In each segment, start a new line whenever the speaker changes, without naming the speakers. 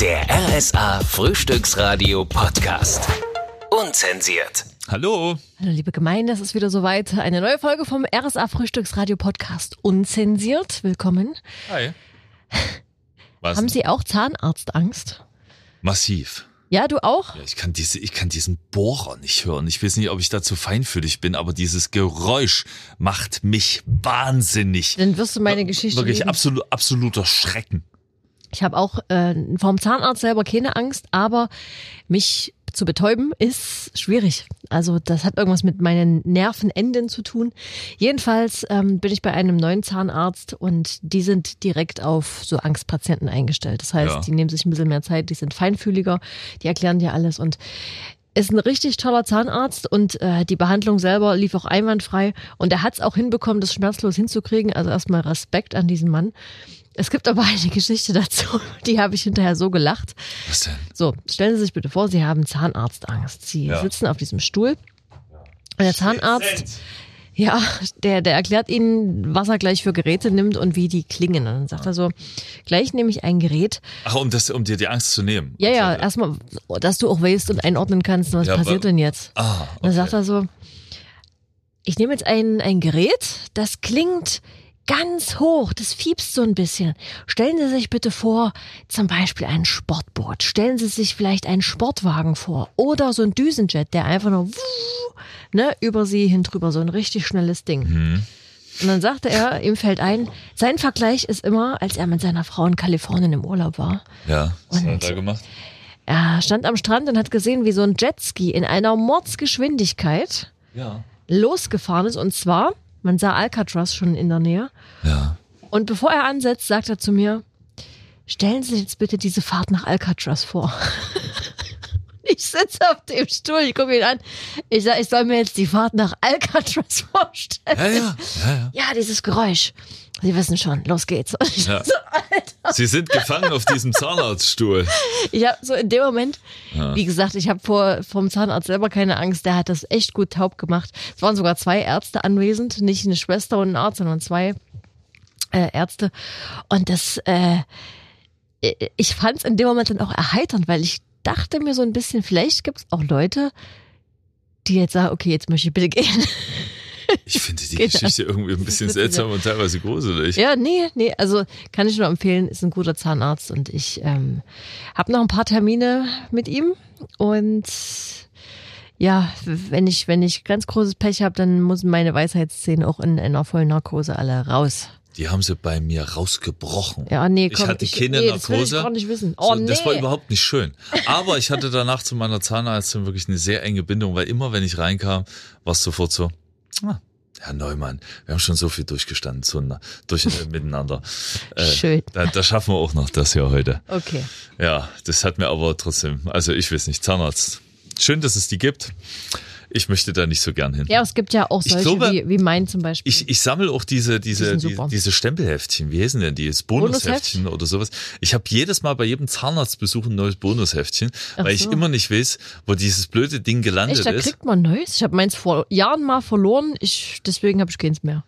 Der RSA Frühstücksradio Podcast. Unzensiert.
Hallo.
Hallo liebe Gemeinde, es ist wieder soweit. Eine neue Folge vom RSA Frühstücksradio Podcast Unzensiert. Willkommen.
Hi. Was?
Haben Sie auch Zahnarztangst?
Massiv.
Ja, du auch?
Ja, ich, kann diese, ich kann diesen Bohrer nicht hören. Ich weiß nicht, ob ich dazu feinfühlig bin, aber dieses Geräusch macht mich wahnsinnig.
Dann wirst du Äh, meine Geschichte
Wirklich
lieben.
absolu absoluter Schrecken.
Ich habe auch äh, vom Zahnarzt selber keine Angst, aber mich zu betäuben ist schwierig. Also das hat irgendwas mit meinen Nervenenden zu tun. Jedenfalls ähm, bin ich bei einem neuen Zahnarzt und die sind direkt auf so Angstpatienten eingestellt. Das heißt,
Ja.
die nehmen sich ein bisschen mehr Zeit, die sind feinfühliger, die erklären dir alles und ist ein richtig toller Zahnarzt und äh, die Behandlung selber lief auch einwandfrei und er hat es auch hinbekommen, das schmerzlos hinzukriegen. Also erstmal Respekt an diesen Mann. Es gibt aber eine Geschichte dazu, die habe ich hinterher so gelacht.
Was denn?
So, stellen Sie sich bitte vor, Sie haben Zahnarztangst. Sie
Ja.
sitzen auf diesem Stuhl. Und der Zahnarzt, ja, der, der erklärt Ihnen, was er gleich für Geräte nimmt und wie die klingen. Und dann sagt er so, gleich nehme ich ein Gerät.
Ach, um, das, um dir die Angst zu nehmen.
Ja, ja,
Also,
erstmal, dass du auch weißt und einordnen kannst, was
Ja,
passiert
wa-
denn jetzt.
ah, okay.
Und dann sagt er so, ich nehme jetzt ein, ein Gerät, das klingt ganz hoch, das fiepst so ein bisschen. Stellen Sie sich bitte vor, zum Beispiel ein Sportboot. Stellen Sie sich vielleicht einen Sportwagen vor oder so ein Düsenjet, der einfach nur wuh, ne, über Sie hin drüber, so ein richtig schnelles Ding.
Mhm.
Und dann sagte er, ihm fällt ein, sein Vergleich ist immer, als er mit seiner Frau in Kalifornien im Urlaub war.
Ja, was hat er
Und-
da gemacht?
Er stand am Strand und hat gesehen, wie so ein Jetski in einer Mordsgeschwindigkeit
Ja.
losgefahren ist. Und zwar, man sah Alcatraz schon in der Nähe.
Ja.
Und bevor er ansetzt, sagt er zu mir, stellen Sie sich jetzt bitte diese Fahrt nach Alcatraz vor. Ich sitze auf dem Stuhl, ich gucke ihn an. Ich sage, ich soll mir jetzt die Fahrt nach Alcatraz vorstellen.
Ja, ja. ja,
Ja, dieses Geräusch. Sie wissen schon, los geht's. Und ich
Ja.
so, Alter.
ja. Sie sind gefangen auf diesem Zahnarztstuhl.
Ich habe so in dem Moment, wie gesagt, ich habe vor vom Zahnarzt selber keine Angst. Der hat das echt gut taub gemacht. Es waren sogar zwei Ärzte anwesend, nicht eine Schwester und ein Arzt, sondern zwei äh, Ärzte. Und das, äh, ich fand es in dem Moment dann auch erheiternd, weil ich dachte mir so ein bisschen, vielleicht gibt es auch Leute, die jetzt sagen, okay, jetzt möchte ich bitte gehen.
Ich finde die
Genau.
Geschichte irgendwie ein bisschen
Das ist witzig,
seltsam und teilweise gruselig.
Ja, nee, nee, also kann ich nur empfehlen, ist ein guter Zahnarzt und ich ähm, habe noch ein paar Termine mit ihm und ja, wenn ich, wenn ich ganz großes Pech habe, dann müssen meine Weisheitszähne auch in einer vollen Narkose alle raus.
Die haben sie bei mir rausgebrochen.
Ja, nee, komm,
ich hatte keine
nee, Das will ich
Narkose.
gar nicht wissen. Oh,
So,
nee.
Das war überhaupt nicht schön. Aber ich hatte danach zu meiner Zahnärztin wirklich eine sehr enge Bindung, weil immer, wenn ich reinkam, war es sofort so, ah, Herr Neumann, wir haben schon so viel durchgestanden zu, durch, äh, miteinander. Äh,
Schön.
Da, da schaffen wir auch noch das hier heute.
Okay.
Ja, das hat mir aber trotzdem, also ich weiß nicht, Zahnarzt. Schön, dass es die gibt. Ich möchte da nicht so gern hin.
Ja, es gibt ja auch
Ich
solche
glaube,
wie, wie mein zum Beispiel.
Ich, ich sammle auch diese, diese,
Mhm. sind
die,
super.
diese Stempelheftchen. Wie heißen denn die? Das Bonusheftchen oder sowas. Ich habe jedes Mal bei jedem Zahnarztbesuch ein neues Bonusheftchen,
Ach
weil
so.
ich immer nicht weiß, wo dieses blöde Ding gelandet
Echt, da
ist.
kriegt man Neues. Ich habe meins vor Jahren mal verloren. Ich, deswegen habe ich keins mehr.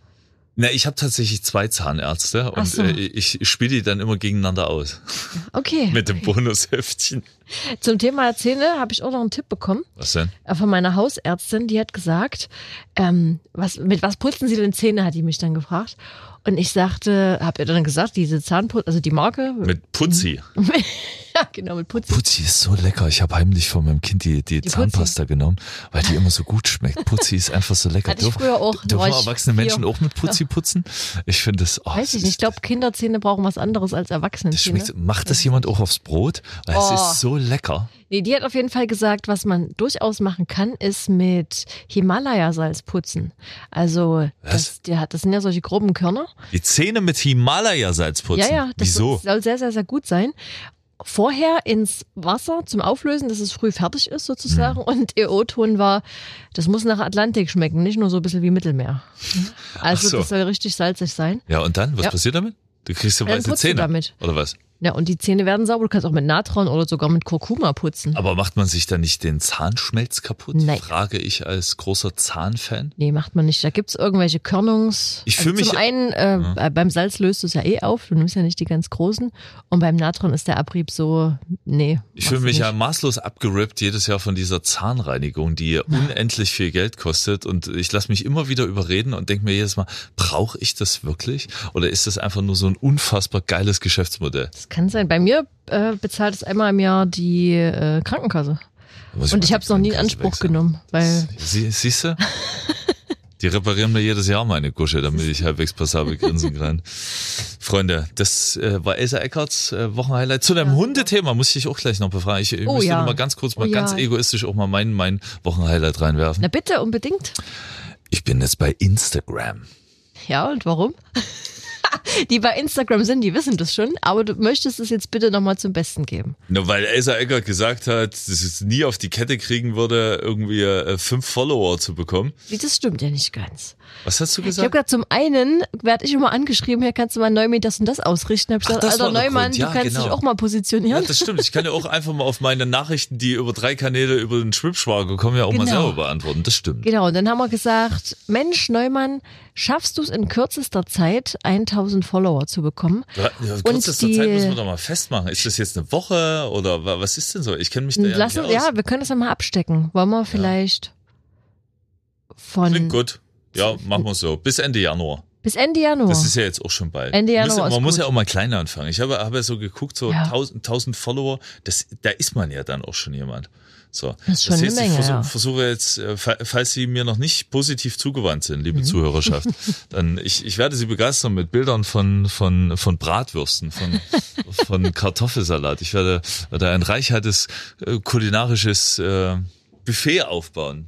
Na, ich habe tatsächlich zwei Zahnärzte und
Ach so.
äh, ich spiele die dann immer gegeneinander aus.
Okay.
Mit dem Bonusheftchen.
Zum Thema Zähne habe ich auch noch einen Tipp bekommen.
Was denn?
äh, von meiner Hausärztin, die hat gesagt, ähm, was, mit was putzen Sie denn Zähne, hat die mich dann gefragt. Und ich sagte, hab ihr dann gesagt, diese Zahnputz, also die Marke,
Mit Putzi.
Hm. ja, genau, mit Putz.
Putzi ist so lecker. Ich habe heimlich von meinem Kind die, die,
Putzi.
Zahnpasta genommen, weil die immer so gut schmeckt. Putzi ist einfach so lecker.
Hatte ich früher auch. Da war
Dürfen
ich
erwachsene
vier.
Menschen auch mit Putzi putzen? Ich finde das... Oh, es
Weiß ich nicht,
ist-
ich glaube, Kinderzähne brauchen was anderes als
Das
Erwachsenenzähne.
schmeckt, macht das jemand auch aufs Brot? Weil
Oh.
es ist so lecker.
Nee, die hat auf jeden Fall gesagt, was man durchaus machen kann, ist mit Himalaya-Salz putzen. Also,
Was?
das, die hat, das sind ja solche groben Körner.
Die Zähne mit Himalaya-Salz putzen.
Ja, ja, das
Wieso?
soll- soll sehr, sehr, sehr gut sein. Vorher ins Wasser zum Auflösen, dass es früh fertig ist
Mhm.
sozusagen. Und ihr O-Ton war, das muss nach Atlantik schmecken, nicht nur so ein bisschen wie Mittelmeer. Also
Ach so.
das soll richtig salzig sein.
Ja, und dann? Was
Ja.
passiert damit? Du kriegst ja
Dann
weiße
putzt du
Zähne.
damit.
Oder was?
Ja, und die Zähne werden sauber. Du kannst auch mit Natron oder sogar mit Kurkuma putzen.
Aber macht man sich da nicht den Zahnschmelz kaputt?
Nein.
Frage ich als großer Zahnfan.
Nee, macht man nicht. Da gibt's irgendwelche Körnungs.
Ich fühl mich- Mhm.
Zum einen, äh, äh, beim Salz löst du es ja eh auf. Du nimmst ja nicht die ganz großen. Und beim Natron ist der Abrieb so, nee.
Ich
mach's
fühle mich
nicht.
ja maßlos abgerippt jedes Jahr von dieser Zahnreinigung, die unendlich viel Geld kostet. Und ich lasse mich immer wieder überreden und denke mir jedes Mal, brauche ich das wirklich? Oder ist das einfach nur so ein unfassbar geiles Geschäftsmodell?
Das kann sein. Bei mir äh, bezahlt es einmal im Jahr die äh, Krankenkasse.
Muss
Und
mal
ich habe es
die
noch nie in
Krankenkasse
Anspruch
wechseln.
genommen, weil
Sie, siehst du? Die reparieren mir jedes Jahr meine Gusche, damit ich halbwegs passabel grinsen kann. Freunde, das äh, war Elsa Eckerts äh, Wochenhighlight. Zu deinem Hundethema muss ich dich auch gleich noch befragen. Ich, ich
Oh
müsste
ja.
noch mal ganz kurz, mal
Oh ja.
ganz egoistisch auch mal mein, mein Wochenhighlight reinwerfen.
na bitte unbedingt.
Ich bin jetzt bei Instagram.
Ja, und warum? die bei Instagram sind, die wissen das schon, aber du möchtest es jetzt bitte nochmal zum Besten geben.
Na, weil Elsa Eckert gesagt hat, dass es nie auf die Kette kriegen würde, irgendwie äh, fünf Follower zu bekommen.
Wie, Das stimmt ja nicht ganz.
Was hast du
Ich habe
gesagt?
gerade zum einen, werde ich immer angeschrieben, hier kannst du mal Neumann das und das ausrichten. Hab ich
Ach,
gesagt,
das war
Alter
der
Neumann,
Grund. Ja,
du kannst
genau.
dich auch mal
Ja,
positionieren.
das stimmt. Ich kann ja auch einfach mal auf meine Nachrichten, die über drei Kanäle über den Schwimmschwager kommen, ja auch mal
Genau.
selber beantworten. Das stimmt.
Genau, und dann haben wir gesagt, Mensch, Neumann, schaffst du es in kürzester Zeit, 1000 Follower zu bekommen?
Ja, in kürzester
die-
Zeit müssen wir doch mal festmachen. Ist das jetzt eine Woche oder wa- was ist denn so? Ich kenne mich da ja
Lass
nicht
uns,
aus.
ja, wir können das ja mal abstecken. Wollen wir vielleicht
Klingt
von
gut. Ja, machen wir so. Bis Ende Januar.
bis Ende Januar.
Das ist ja jetzt auch schon bald.
Ende
Wir
Januar
müssen,
ist
man muss
gut.
ja auch mal kleiner anfangen. Ich habe, habe ja so geguckt, so
Ja.
1000, 1000 Follower, das, da ist man ja dann auch schon jemand. So.
Das ist schon eine
heißt, ich
Menge,
versuche,
ja.
versuche jetzt, äh, fa- falls Sie mir noch nicht positiv zugewandt sind,
Mhm.
liebe Zuhörerschaft, dann ich, ich werde Sie begeistern mit Bildern von, von, von Bratwürsten, von, von Kartoffelsalat. Ich werde, werde ein reichhaltes äh, kulinarisches äh, Buffet aufbauen.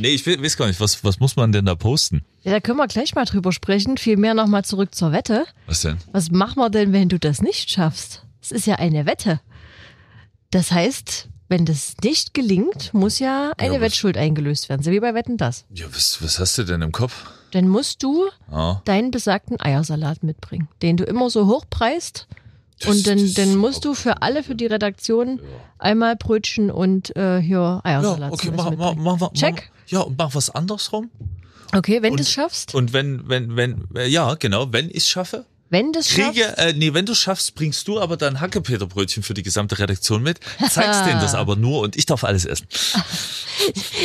Nee, ich we- weiß gar nicht, was, was muss man denn da posten?
ja, da können wir gleich mal drüber sprechen. Vielmehr nochmal zurück zur Wette.
Was denn?
Was machen wir denn, wenn du das nicht schaffst? Es ist ja eine Wette. Das heißt, wenn das nicht gelingt, muss ja eine
aber-
Wettschuld eingelöst werden. So wie bei Wetten das.
Ja, was, was hast du denn im Kopf?
Dann musst du
Ja.
deinen besagten Eiersalat mitbringen, den du immer so hochpreist. und dann,
das-
dann musst du für alle, für die Redaktion einmal Brötchen und äh, hier Eiersalat.
Ja, okay,
zum
mach,
Essen
mach,
mitbringen.
mach, mach,
Check.
Ja, und mach was andersrum.
Okay, wenn
Und-
du es schaffst,
Und wenn, wenn, wenn, äh, ja, genau, wenn ich schaffe,
wenn du es
kriege,
schaffst,
äh, nee, wenn du schaffst, bringst du aber dein Hackepeterbrötchen für die gesamte Redaktion mit, zeigst denen das aber nur und ich darf alles essen.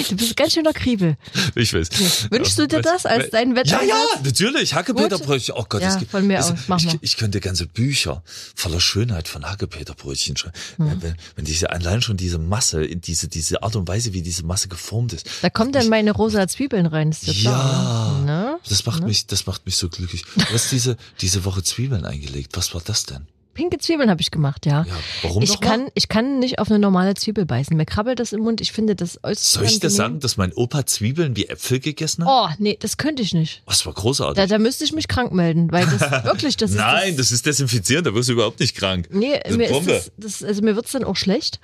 du bist ganz schöner Kriebel.
Ich weiß.
Wünschst du dir das als deinen
Ja,
Wetteinsatz?
ja, natürlich. Hackepeterbrötchen. Oh Gott,
Ja,
es gibt,
von mir
es-
aus, mach
ich,
mal.
ich könnte ganze Bücher voller Schönheit von Hackepeterbrötchen schreiben.
Hm.
Wenn, wenn diese, allein schon diese Masse, diese, diese Art und Weise, wie diese Masse geformt ist.
Da kommt dann meine rosa Zwiebeln rein. Ist dir klar,
Ja,
ne?
das macht mich, das macht mich so glücklich. Du hast diese, diese Woche Zwiebeln eingelegt. Was war das denn?
Pinke Zwiebeln habe ich gemacht, ja.
Ja, warum
ich
noch mal?
kann, ich kann nicht auf eine normale Zwiebel beißen. Mir krabbelt das im Mund. Ich finde das äußerst
Soll ich dir sagen,
unangenehm.
dass mein Opa Zwiebeln wie Äpfel gegessen hat?
Oh, nee, das könnte ich nicht.
Was war
Da,
großartig.
da müsste ich mich krank melden, weil das wirklich, das ist Hm.
Nein, das ist desinfizierend, da wirst du überhaupt nicht krank.
Nee,
Das ist
mir ist
Bombe.
das, das, also mir wird's dann auch schlecht.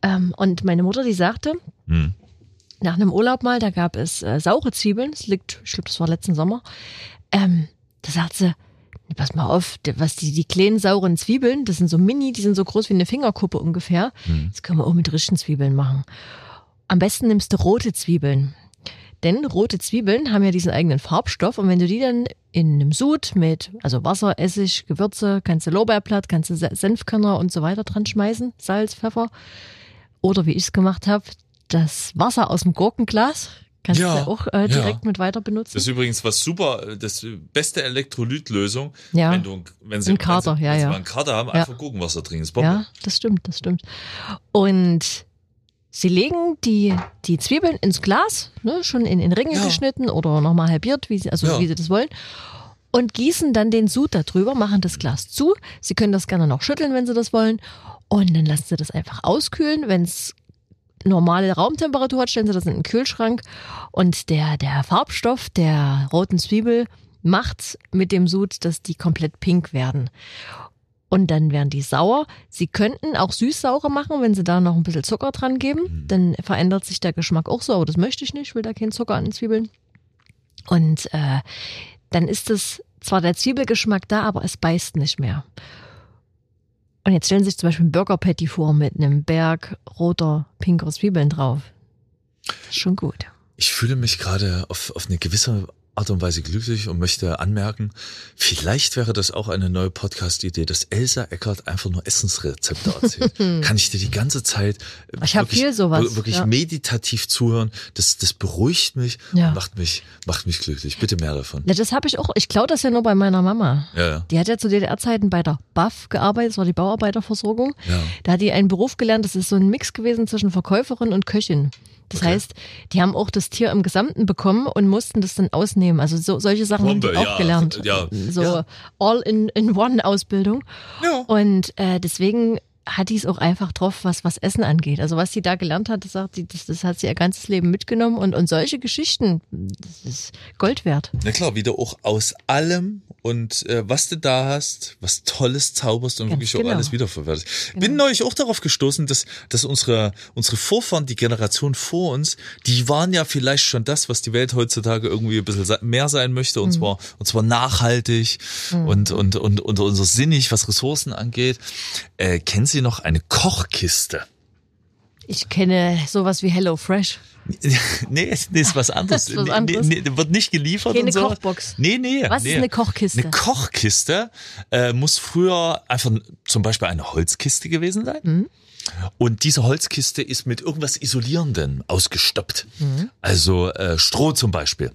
Ähm, und meine Mutter, die sagte,
Hm.
nach einem Urlaub mal, da gab es äh, saure Zwiebeln, das liegt, ich glaube, das war letzten Sommer. Ähm, da sagt sie, "Nee, pass mal auf, die- was die, die kleinen sauren Zwiebeln, das sind so mini, die sind so groß wie eine Fingerkuppe ungefähr.
Hm.
Das können wir auch mit richtigen Zwiebeln machen. Am besten nimmst du rote Zwiebeln. Denn rote Zwiebeln haben ja diesen eigenen Farbstoff und wenn du die dann in einem Sud mit also Wasser, Essig, Gewürze, kannst du Lorbeerblatt, kannst du Se- Senfkörner und so weiter dran schmeißen, Salz, Pfeffer oder wie ich es gemacht habe, das Wasser aus dem Gurkenglas kannst
Ja,
du auch äh,
ja.
direkt mit weiter benutzen.
Das ist übrigens was super, das beste Elektrolytlösung.
Ja.
Wenn, du, wenn sie,
Ein Kater,
wenn sie,
ja,
wenn sie
ja.
mal einen Kater haben,
Ja.
einfach Gurkenwasser trinken. Ist Bombe.
Ja, das stimmt, das stimmt. Und sie legen die, die Zwiebeln ins Glas, ne, schon in, in Ringe
Ja.
geschnitten oder nochmal halbiert, wie sie, also
Ja.
wie sie das wollen. Und gießen dann den Sud darüber, machen das Glas zu. Sie können das gerne noch schütteln, wenn sie das wollen. Und dann lassen sie das einfach auskühlen. Wenn es normale Raumtemperatur hat, stellen sie das in den Kühlschrank. Und der, der Farbstoff der roten Zwiebel macht mit dem Sud, dass die komplett pink werden. Und dann werden die sauer. Sie könnten auch süß-saure machen, wenn sie da noch ein bisschen Zucker dran geben. Dann verändert sich der Geschmack auch so, aber das möchte ich nicht. Ich will da keinen Zucker an den Zwiebeln. Und äh, dann ist es zwar der Zwiebelgeschmack da, aber es beißt nicht mehr. Und jetzt stellen Sie sich zum Beispiel ein Burger Patty vor mit einem Berg roter, pinker Zwiebeln drauf. Ist schon gut.
Ich fühle mich gerade auf, auf eine gewisse Art und Weise glücklich und möchte anmerken, vielleicht wäre das auch eine neue Podcast-Idee, dass Elsa Eckert einfach nur Essensrezepte erzählt. Kann ich dir die ganze Zeit äh,
Ich hab
wirklich-
viel sowas,
wirklich
ja.
meditativ zuhören. Das, das beruhigt mich
Ja.
und macht mich, macht mich glücklich. Bitte mehr davon.
Na, das habe ich auch. Ich klaue das ja nur bei meiner Mama.
Ja, ja.
Die hat ja zu DDR-Zeiten bei der BAF gearbeitet, das war die Bauarbeiterversorgung.
Ja.
Da hat die einen Beruf gelernt, das ist so ein Mix gewesen zwischen Verkäuferin und Köchin. Das
Okay.
heißt, die haben auch das Tier im Gesamten bekommen und mussten das dann ausnehmen. Also so, solche Sachen haben die
Bombe,
auch
ja,
gelernt.
ja,
so
ja.
All-in-One-Ausbildung. Und äh, deswegen hat die es auch einfach drauf, was, was Essen angeht. Also was sie da gelernt hat, das, sagt die, das, das hat sie ihr ganzes Leben mitgenommen. Und, und solche Geschichten, das ist Gold wert.
Na klar, wieder auch aus allem und äh, was du da hast, was Tolles zauberst und
Ganz
wirklich
genau.
auch alles wiederverwertest. Bin neulich auch darauf gestoßen, dass, dass unsere, unsere Vorfahren, die Generation vor uns, die waren ja vielleicht schon das, was die Welt heutzutage irgendwie ein bisschen se- mehr sein möchte
Mhm.
und, zwar, und zwar nachhaltig und, und, und, und, und so sinnig, was Ressourcen angeht. Äh, kennen Sie noch eine Kochkiste?
Ich kenne sowas wie Hello Fresh.
Nee, es- nee, ist was anderes.
Das ist was
Nee,
anderes.
Nee, nee, wird nicht geliefert
Keine
und so.
Kochbox.
Nee, nee.
Was ist
nee.
eine Kochkiste?
Eine Kochkiste äh, muss früher einfach zum Beispiel eine Holzkiste gewesen sein.
Mhm.
Und diese Holzkiste ist mit irgendwas Isolierendem ausgestoppt.
Mhm.
Also äh, Stroh zum Beispiel.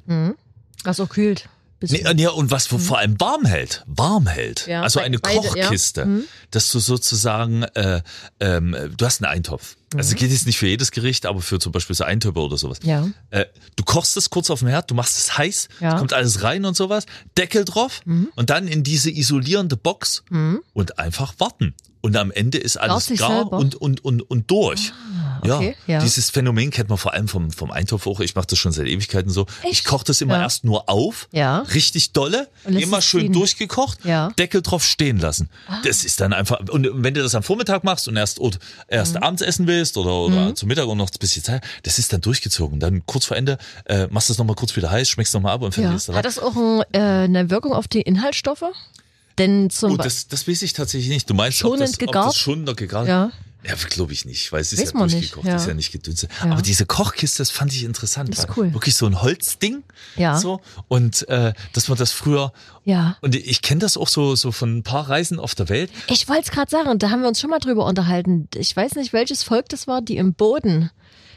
Was auch kühlt. Bis
Nee, nee, und was wo vor allem warm hält. Warm hält.
Mhm. Ja,
also
be-
eine
beide, ja. Mhm.
Kochkiste. Dass du sozusagen, äh, ähm, du hast einen Eintopf. Also geht jetzt nicht für jedes Gericht, aber für zum Beispiel so Eintöpfe oder sowas.
Mhm. Ja.
Äh, du kochst es kurz auf dem Herd, du machst es heiß,
Ja. Mhm.
es kommt alles rein und sowas, Deckel drauf und dann in diese isolierende Box und einfach warten. Und am Ende ist alles
sich
gar
selber. Ah,
und, und, und, und durch.
okay,
ja,
ja.
dieses Phänomen kennt man vor allem vom, vom Eintopf auch. Ich mache das schon seit Ewigkeiten so. Ich
Echt?
koche das immer
Ja.
erst nur auf,
Ja.
richtig dolle,
Und lässt
immer
es
schön
ziehen.
durchgekocht,
Ja. Ah.
Deckel drauf stehen lassen. Das ist dann einfach. Und wenn du das am Vormittag machst und erst, oder erst
Mhm.
abends essen willst oder, oder zum Mittag und noch ein bisschen Zeit, das ist dann durchgezogen. Dann kurz vor Ende äh, machst du es nochmal kurz wieder heiß, schmeckst nochmal ab und
Ja.
fertig
Hat das auch ein, äh, eine Wirkung auf die Inhaltsstoffe? Denn zum
Oh,
Beispiel.
das, das weiß ich tatsächlich nicht. Du meinst, ob
Schonend
das, ob das
gegart?
schon noch gegart
Ja.
Ja, glaube ich nicht, weil es ist
Weiß
ja
man nicht,
durchgekocht,
ja.
ist ja nicht gedünstet.
Ja.
Aber diese Kochkiste, das fand ich interessant.
Das ist
weil
cool.
Wirklich so ein Holzding.
Ja.
So. Und äh, dass man das früher.
Ja.
Und ich kenne das auch so, so von ein paar Reisen auf der Welt.
Ich wollte es gerade sagen, da haben wir uns schon mal drüber unterhalten. Ich weiß nicht, welches Volk das war, die im Boden.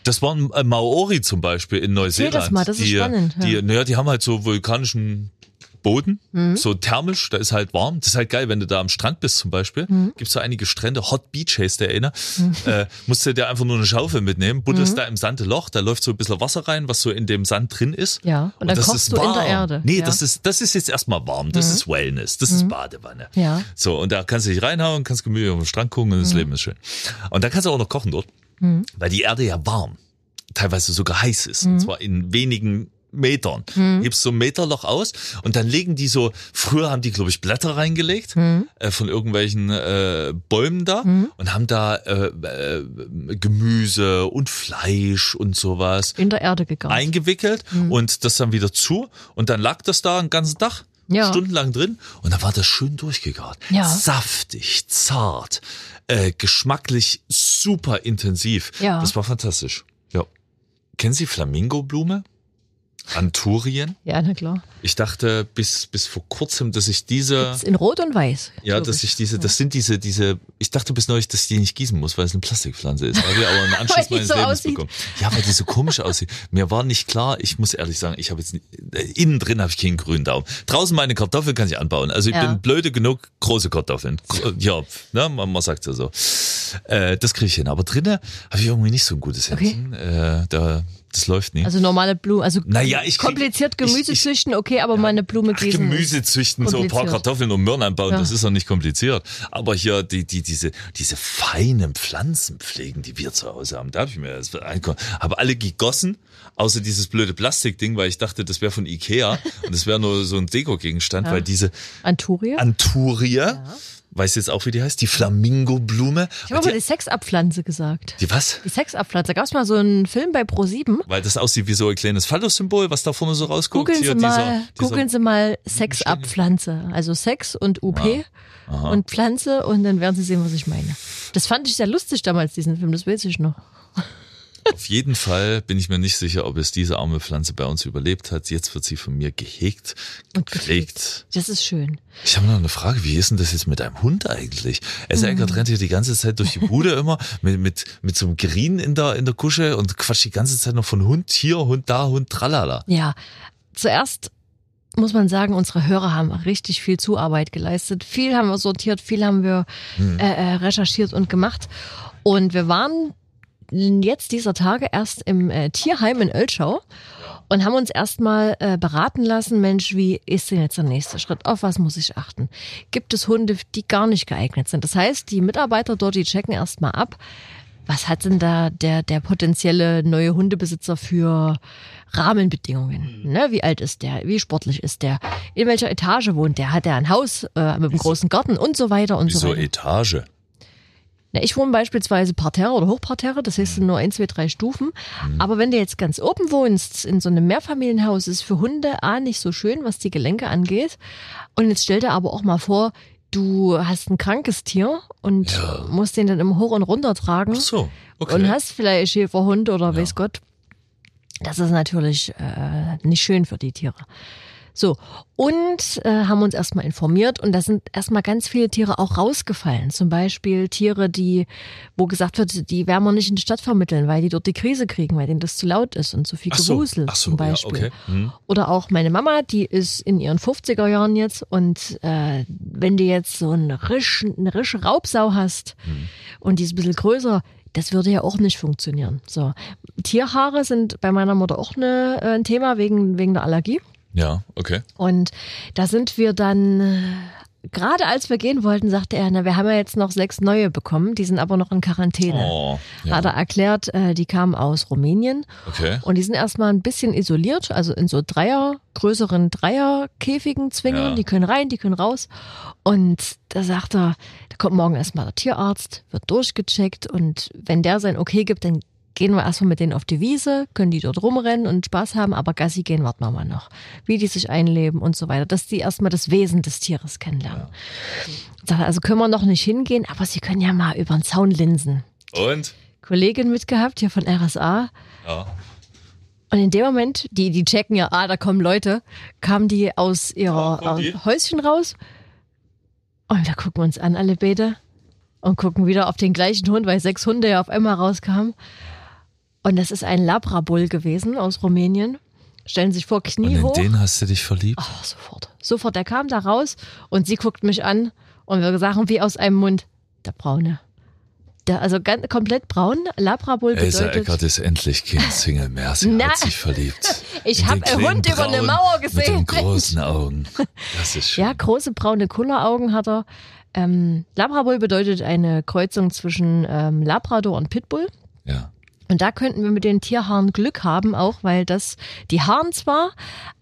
Das waren äh, Maori zum Beispiel in
Erzähl
Neuseeland.
das mal, das ist
die,
spannend, ja.
Die, naja, die haben halt so vulkanischen Boden,
Mhm.
so thermisch, da ist halt warm. Das ist halt geil, wenn du da am Strand bist zum Beispiel.
Mhm.
Gibt's so einige Strände, Hot Beach heißt der eine. Äh, musst du dir einfach nur eine Schaufel mitnehmen, buddelst
Mhm.
da im Sande Loch, da läuft so ein bisschen Wasser rein, was so in dem Sand drin ist.
Ja, und dann
das
kochst
ist
du in der
warm.
Erde,
Nee,
ja. Mhm.
das, ist, das ist jetzt erstmal warm, das ist Wellness, das ist Badewanne.
Ja.
So, und da kannst du dich reinhauen, kannst gemütlich auf den Strand gucken und das Leben ist schön. Und dann kannst du auch noch kochen dort, weil die Erde ja warm, teilweise sogar heiß ist, und zwar in wenigen Metern. Gibst so ein Meterloch aus und dann legen die so, früher haben die, glaube ich, Blätter
Mhm.
reingelegt
Hm?
äh, von irgendwelchen äh, Bäumen da und haben da äh, äh, Gemüse und Fleisch und sowas
In der Erde gegangen.
eingewickelt
Mhm.
und das dann wieder zu und dann lag das da einen ganzen Tag.
Ja.
Stundenlang drin und dann war das schön durchgegart.
Ja.
Saftig, zart, äh, geschmacklich super intensiv.
Ja.
Das war fantastisch. Ja. Kennen Sie Flamingoblume? Anturien?
ja, na klar.
Ich dachte bis, bis vor kurzem, dass ich diese,
Ist in Rot und Weiß.
Äh, ja,
glaub
dass ich diese, das sind diese, diese, ich dachte bis neulich, dass ich die nicht gießen muss, weil es eine Plastikpflanze ist. Habe ich aber einen Anschluss
die
meines
so
Lebens
aussieht.
bekommen. Ja, weil die so komisch aussieht. Mir war nicht klar, ich muss ehrlich sagen, ich habe jetzt, nie- äh, innen drin habe ich keinen grünen Daumen. Draußen meine Kartoffel kann ich anbauen. Also ich
Ja.
bin blöde genug, große Kartoffeln. Gro- Ja, pf, ne, man, man sagt ja so. Äh, das kriege ich hin. Aber drinnen habe ich irgendwie nicht so ein gutes
Okay.
Händchen. Äh, da, das läuft nicht.
Also normale Blumen, also
Naja, ich krieg-
kompliziert
ich-
Gemüse
ich-
züchten, okay, aber mal eine Blume
Ach,
gießen.
Gemüse züchten, so ein paar
kompliziert.
Kartoffeln und Möhren anbauen,
Ja.
das ist doch nicht kompliziert. Aber hier die, die, diese, diese feinen Pflanzenpflegen, die wir zu Hause haben, da habe ich mir das angeguckt. Habe alle gegossen, außer dieses blöde Plastikding, weil ich dachte, das wäre von Ikea und das wäre nur so ein Dekogegenstand, weil diese
Anturie?
Anturie, Weißt du jetzt auch, wie die heißt? Die Flamingo-Blume.
Ich habe aber die Sexabpflanze gesagt.
Die was?
Die Sexabpflanze. Da gab es mal so einen Film bei Pro7.
Weil das aussieht wie so ein kleines Phallus-Symbol, was da vorne so rausguckt.
Googeln Sie,
Hier
mal,
dieser, dieser,
googeln Sie mal Sexabpflanze. Also Sex und UP
Aha.
und Pflanze und dann werden Sie sehen, was ich meine. Das fand ich sehr lustig damals, diesen Film, das weiß ich noch.
Auf jeden Fall bin ich mir nicht sicher, ob es diese arme Pflanze bei uns überlebt hat. Jetzt wird sie von mir gehegt,
Und
gepflegt.
Das ist schön.
Ich habe noch eine Frage. Wie ist denn das jetzt mit einem Hund eigentlich? Also
Mhm.
Eckert rennt hier die ganze Zeit durch die Bude immer mit, mit, mit so einem Green in der, in der Kusche und quatscht die ganze Zeit noch von Hund hier, Hund da, Hund tralala.
Ja, zuerst muss man sagen, unsere Hörer haben richtig viel Zuarbeit geleistet. Viel haben wir sortiert, viel haben wir
Hm.
äh, äh, recherchiert und gemacht. Und wir waren jetzt dieser Tage erst im äh, Tierheim in Ölschau und haben uns erstmal äh, beraten lassen, Mensch, wie ist denn jetzt der nächste Schritt? Auf was muss ich achten? Gibt es Hunde, die gar nicht geeignet sind? Das heißt, die Mitarbeiter dort, die checken erstmal ab, was hat denn da der, der potenzielle neue Hundebesitzer für Rahmenbedingungen? Ne? Wie alt ist der? Wie sportlich ist der? In welcher Etage wohnt der? Hat er ein Haus äh, mit einem großen Garten und so weiter und so
Wieso
weiter?
Etage?
Na, ich wohne beispielsweise Parterre oder Hochparterre, das heißt
Mhm.
nur ein, zwei, drei Stufen. Aber wenn du jetzt ganz oben wohnst, in so einem Mehrfamilienhaus, ist für Hunde A nicht so schön, was die Gelenke angeht. Und jetzt stell dir aber auch mal vor, du hast ein krankes Tier und
Ja.
musst den dann immer hoch und runter tragen
Ach so, okay.
und hast vielleicht Schäferhund oder weiß Gott. Das ist natürlich äh, nicht schön für die Tiere. So, und äh, haben uns erstmal informiert und da sind erstmal ganz viele Tiere auch rausgefallen. Zum Beispiel Tiere, die, wo gesagt wird, die werden wir nicht in die Stadt vermitteln, weil die dort die Krise kriegen, weil denen das zu laut ist und zu viel
Ach so,
Gerusel
ach so,
zum
ja,
Beispiel.
okay. Hm.
Oder auch meine Mama, die ist in ihren 50er Jahren jetzt und äh, wenn du jetzt so eine rische, eine rische Raubsau hast
Mhm.
und die ist ein bisschen größer, das würde ja auch nicht funktionieren. So. Tierhaare sind bei meiner Mutter auch eine, äh, ein Thema wegen, wegen der Allergie.
ja, okay.
Und da sind wir dann, äh, gerade als wir gehen wollten, sagte er, na, wir haben ja jetzt noch sechs neue bekommen, die sind aber noch in Quarantäne.
Oh,
Hat er
ja,
erklärt, äh, die kamen aus Rumänien
okay.
und die sind erstmal ein bisschen isoliert, also in so Dreier, größeren Dreierkäfigen, Zwingern.
Ja.
Die können rein, die können raus. Und da sagt er, da kommt morgen erstmal der Tierarzt, wird durchgecheckt und wenn der sein Okay gibt, dann gehen wir erstmal mit denen auf die Wiese, können die dort rumrennen und Spaß haben, aber Gassi gehen warten wir mal noch. Wie die sich einleben und so weiter, dass die erstmal das Wesen des Tieres kennenlernen. Sagt er, Also können wir noch nicht hingehen, aber sie können ja mal über den Zaun linsen.
Und?
Kollegin mitgehabt hier von RSA.
Ja.
Und in dem Moment, die, die checken ja, ah, da kommen Leute, kamen die aus ihrer
Ja, kommen die.
aus Häuschen raus. Und da gucken wir uns an, alle Bete. Und gucken wieder auf den gleichen Hund, weil sechs Hunde ja auf einmal rauskamen. Und das ist ein Labrabull gewesen aus Rumänien. Stellen sich vor,
Und
Knie
in
hoch.
den hast du dich verliebt?
Oh, sofort. Sofort. Der kam da raus und sie guckt mich an und wir sagen wie aus einem Mund, der Braune. Der, also ganz, komplett braun. Labrabull
Elsa
bedeutet.
Eckert ist endlich kein Single mehr. Sie
Na,
hat sich verliebt.
ich
In
hab
den
einen
kleinen
Hund über eine
Braun
Mauer
Mit den
gesehen.
großen Augen. Das ist schön.
Ja, große braune Kulleraugen hat er. Ähm, Labrabull bedeutet eine Kreuzung zwischen ähm, Labrador und Pitbull.
Ja.
Und da könnten wir mit den Tierhaaren Glück haben, auch weil das die Haaren zwar,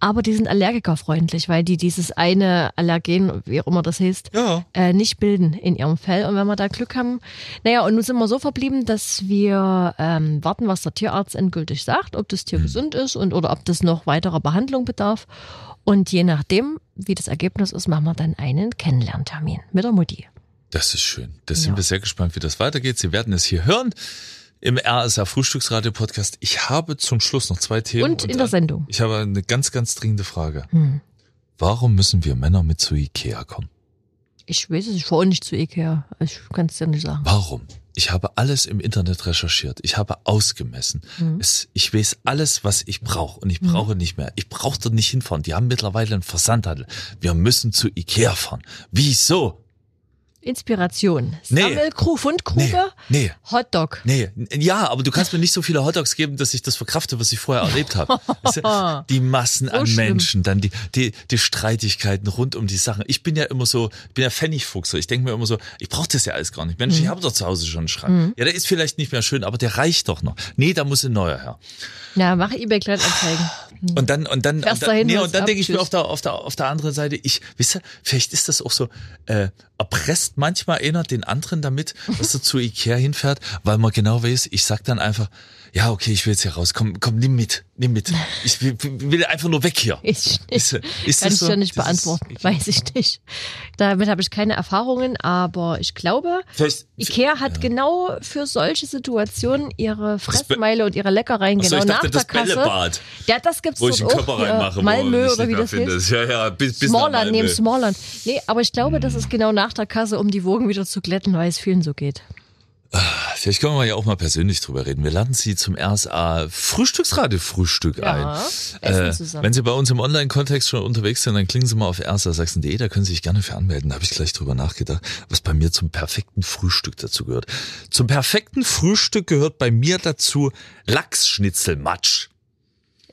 aber die sind allergikerfreundlich, weil die dieses eine Allergen, wie auch immer das heißt,
Ja.
äh, nicht bilden in ihrem Fell. Und wenn wir da Glück haben, naja, und nun sind wir so verblieben, dass wir ähm, warten, was der Tierarzt endgültig sagt, ob das Tier gesund ist und oder ob das noch weiterer Behandlung bedarf. Und je nachdem, wie das Ergebnis ist, machen wir dann einen Kennenlerntermin mit der Mutti.
Das ist schön. Da sind
Ja.
wir sehr gespannt, wie das weitergeht. Sie werden es hier hören im RSA Frühstücksradio Podcast. Ich habe zum Schluss noch zwei Themen.
Und in der
ein-
Sendung.
Ich habe eine ganz, ganz dringende Frage.
Hm.
Warum müssen wir Männer mit zu Ikea kommen?
Ich weiß es, ich fahre auch nicht zu Ikea. Ich kann es dir nicht sagen.
Warum? Ich habe alles im Internet recherchiert. Ich habe ausgemessen.
Mhm.
Es, ich weiß alles, was ich brauche. Und ich brauche nicht mehr. Ich brauche dort nicht hinfahren. Die haben mittlerweile einen Versandhandel. Wir müssen zu Ikea fahren. Wieso?
Inspiration.
Nee.
Sammelkrug,
Nee,
Fundgrube,
nee,
Hotdog.
nee. Ja, aber du kannst mir nicht so viele Hotdogs geben, dass ich das verkrafte, was ich vorher erlebt habe. Weißt du, die Massen
So
an
schlimm.
Menschen, dann die, die, die Streitigkeiten rund um die Sachen. Ich bin ja immer so, ich bin ja Pfennigfuchse. Ich denke mir immer so, ich brauche das ja alles gar nicht.
Mhm.
Mensch, ich habe doch zu Hause schon einen Schrank. Ja, der ist vielleicht nicht mehr schön, aber der reicht doch noch. Nee, da muss ein neuer her.
Na, mach eBay Kleinanzeigen.
Und dann, und dann, und
Fährst
dann,
dahin,
nee,
holst
und dann
ab,
denke ich mir
tschüss.
auf der, auf der, auf der anderen Seite, ich, wisst ihr, vielleicht ist das auch so, äh, erpresst manchmal einer den anderen damit, dass er zu Ikea hinfährt, weil man genau weiß, ich sag dann einfach, ja, okay, ich will jetzt hier raus, komm, komm, nimm mit, nimm mit. Ich will, will einfach nur weg hier.
Ich
Ist- ist
kann
das
ich
so?
ja nicht
Dieses-
beantworten, weiß ich nicht. Damit habe ich keine Erfahrungen, aber ich glaube,
Vielleicht,
Ikea hat genau für solche Situationen ihre Fressmeile und ihre Leckereien
Achso,
genau
ich dachte,
nach der
das
Kasse.
Bällebad,
Ja, das gibt's
wo ich einen
dort
Körper
auch. hier.
reinmache,
Malmö
wo ich
oder wie
nicht mehr
das
finde.
heißt.
Ja, ja, bis, bis nach
Smallland, neben
Malmö. Hm.
Smallland. Nee, aber ich glaube, das ist genau nach der Kasse, um die Wogen wieder zu glätten, weil es vielen so geht.
Vielleicht können wir ja auch mal persönlich drüber reden. Wir laden Sie zum RSA Frühstücksradio-Frühstück
Ja,
ein.
essen
Äh,
zusammen.
wenn Sie bei uns im Online-Kontext schon unterwegs sind, dann klingen Sie mal auf rsa-sachsen.de, da können Sie sich gerne für anmelden. Da habe ich gleich drüber nachgedacht, was bei mir zum perfekten Frühstück dazu gehört. Zum perfekten Frühstück gehört bei mir dazu Lachsschnitzelmatsch.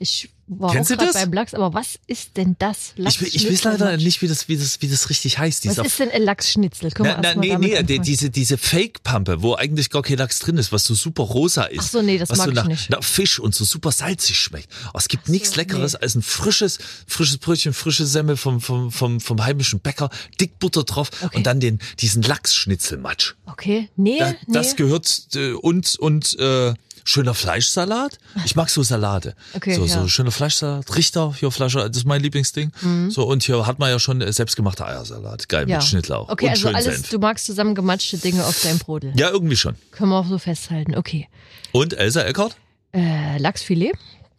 Ich war
Kennst
auch
du
grad
das?
beim Lachs, aber was ist denn das?
Ich, we- ich weiß leider nicht, wie das, wie das, wie das richtig heißt.
Was
Dieser
ist denn ein Lachsschnitzel? Können wir
Na, na,
erst mal
nee,
damit
nee, die,
anfangen?
diese, diese Fake-Pampe, wo eigentlich gar kein Lachs drin ist, was so super rosa ist.
Ach so, nee, das
was
mag
so
ich
nach,
nicht.
Nach Fisch und so super salzig schmeckt. Oh, es gibt
so,
nichts Leckeres als ein frisches, frisches Brötchen, frische Semmel vom, vom, vom, vom heimischen Bäcker, dick Butter drauf
Okay.
und dann den, diesen Lachsschnitzelmatsch.
Okay, nee,
Da,
nee.
Das gehört äh, und, und äh, schöner Fleischsalat. Ich mag so Salate.
Okay,
so,
ja.
so schöner Fleischsalat, Richter, hier Flasche, das ist mein Lieblingsding.
Mhm.
So, und hier hat man ja schon äh, selbstgemachter Eiersalat. Geil, mit Schnittlauch.
Okay,
und
also
schön
alles,
Senf.
du magst zusammengematschte Dinge auf deinem Brodel.
Ja, irgendwie schon.
Können wir auch so festhalten. Okay.
Und Elsa Eckert?
Äh, Lachsfilet,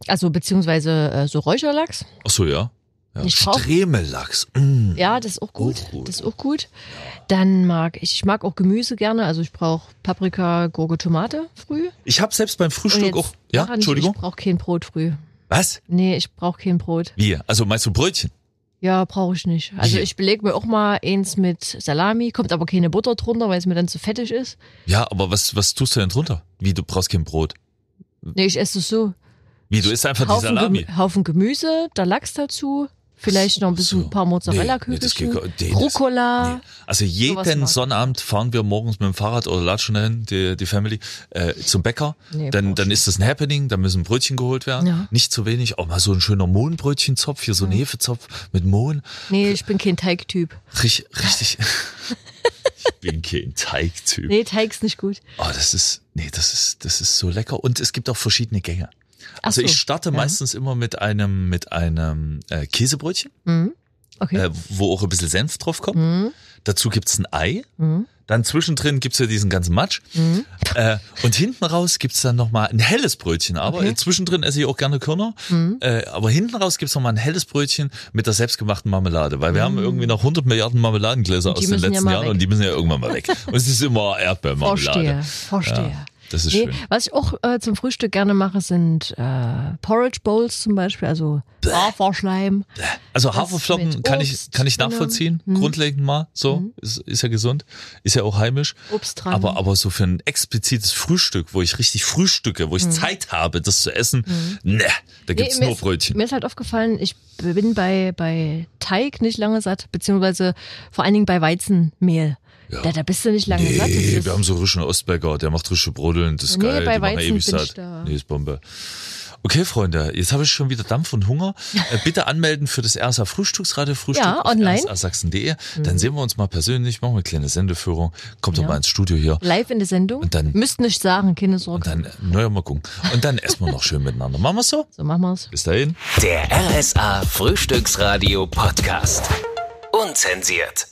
also beziehungsweise äh, so Räucherlachs.
Ach so, ja. ja.
Ich brauch-
Stremelachs. Mm.
Ja, das ist auch gut.
Auch gut.
Das ist auch gut. Dann mag ich, ich mag auch Gemüse gerne. Also ich brauche Paprika, Gurke, Tomate früh.
Ich habe selbst beim
Und
Frühstück
jetzt
auch. Ja,
daran,
Entschuldigung.
Ich brauche kein Brot früh.
Was?
Nee, ich brauche kein Brot.
Wie? Also meinst du Brötchen?
Ja, brauche ich nicht. Also
Wie?
ich belege mir auch mal eins mit Salami, kommt aber keine Butter drunter, weil es mir dann zu fettig ist.
Ja, aber was, was tust du denn drunter? Wie, du brauchst kein Brot.
Nee, ich esse es so.
Wie, du isst einfach Hm. die
Haufen,
Salami.
Gemü- Haufen Gemüse, da Lachs dazu, vielleicht noch ein bisschen
so.
ein paar
Nee, nee, das
Mozzarella-Kügelchen,
geht gar- nee, das-
Rucola.
Nee. Also
Sowas mag
jeden
ich.
Sonnabend fahren wir morgens mit dem Fahrrad oder latschen dahin, die, die Family, äh, zum Bäcker.
Nee,
dann
brauch
dann
ich
ist das ein Happening, dann müssen Brötchen geholt werden.
Ja.
Nicht zu wenig, auch mal so ein schöner Mohnbrötchenzopf, hier so ein Hefezopf mit Mohn.
Nee. ich bin kein Teigtyp.
Richtig, richtig. ich bin kein Teigtyp.
Nee, Teig ist nicht gut.
Oh, das ist, nee, das ist, das ist so lecker. Und es gibt auch verschiedene Gänge.
Ach
Also
so.
ich starte meistens immer mit einem, mit einem äh, Käsebrötchen,
Mhm. Okay.
äh, wo auch ein bisschen Senf drauf kommt.
Mhm.
Dazu gibt's ein Ei.
Mhm.
Dann zwischendrin gibt's ja diesen ganzen Matsch.
Mhm.
Äh, und hinten raus gibt's dann nochmal ein helles Brötchen. Aber
Okay.
äh, zwischendrin esse ich auch gerne Körner.
Mhm.
Äh, aber hinten raus gibt's noch nochmal ein helles Brötchen mit der selbstgemachten Marmelade. Weil wir haben irgendwie noch 100 Milliarden Marmeladengläser
Mhm. Und die
aus den
müssen ja
letzten
mal
Jahren
weg.
und die müssen ja irgendwann mal weg. Und es ist immer
Verstehe,
Erdbeermarmelade.
verstehe.
Ja, das ist
Nee,
schön.
was ich auch äh, zum Frühstück gerne mache, sind äh, Porridge Bowls zum Beispiel, also Haferschleim.
Also
Das
Haferflocken
mit
kann ich,
Obst
kann ich
drin.
nachvollziehen.
Mhm.
Grundlegend mal. So. Ist, ist ja gesund. Ist ja auch heimisch.
Obst dran.
Aber, aber so für ein explizites Frühstück, wo ich richtig frühstücke, wo ich Zeit habe, das zu essen, ne, da
Hm. Nee,
gibt's
mir
nur
ist-
Brötchen.
Mir ist halt aufgefallen, ich bin bei, bei Teig nicht lange satt, beziehungsweise vor allen Dingen bei Weizenmehl.
Ja.
Da, da bist du nicht lange satt. Das
Nee,
ist-
wir haben so rischen Ostbäcker, der macht rische Brodeln, das ist
Nee,
geil,
bei
die machen
Weizen
ewig
bin ich
satt.
da.
Nee, ist Bombe. Okay, Freunde, jetzt habe ich schon wieder Dampf und Hunger. Äh, Bitte anmelden für das RSA Frühstücksradio Frühstück
Ja,
auf
online. Mhm.
rsasachsen.de. Dann sehen wir uns mal persönlich, machen wir eine kleine Sendeführung. Kommt doch
Ja.
mal ins Studio hier.
live in der Sendung.
Und dann-
Müsst nicht sagen, keine Sorge.
Und dann, äh, naja, mal gucken. Und dann essen wir noch schön miteinander. Machen wir so?
so machen wir's.
Bis dahin.
Der RSA Frühstücksradio Podcast. Unzensiert.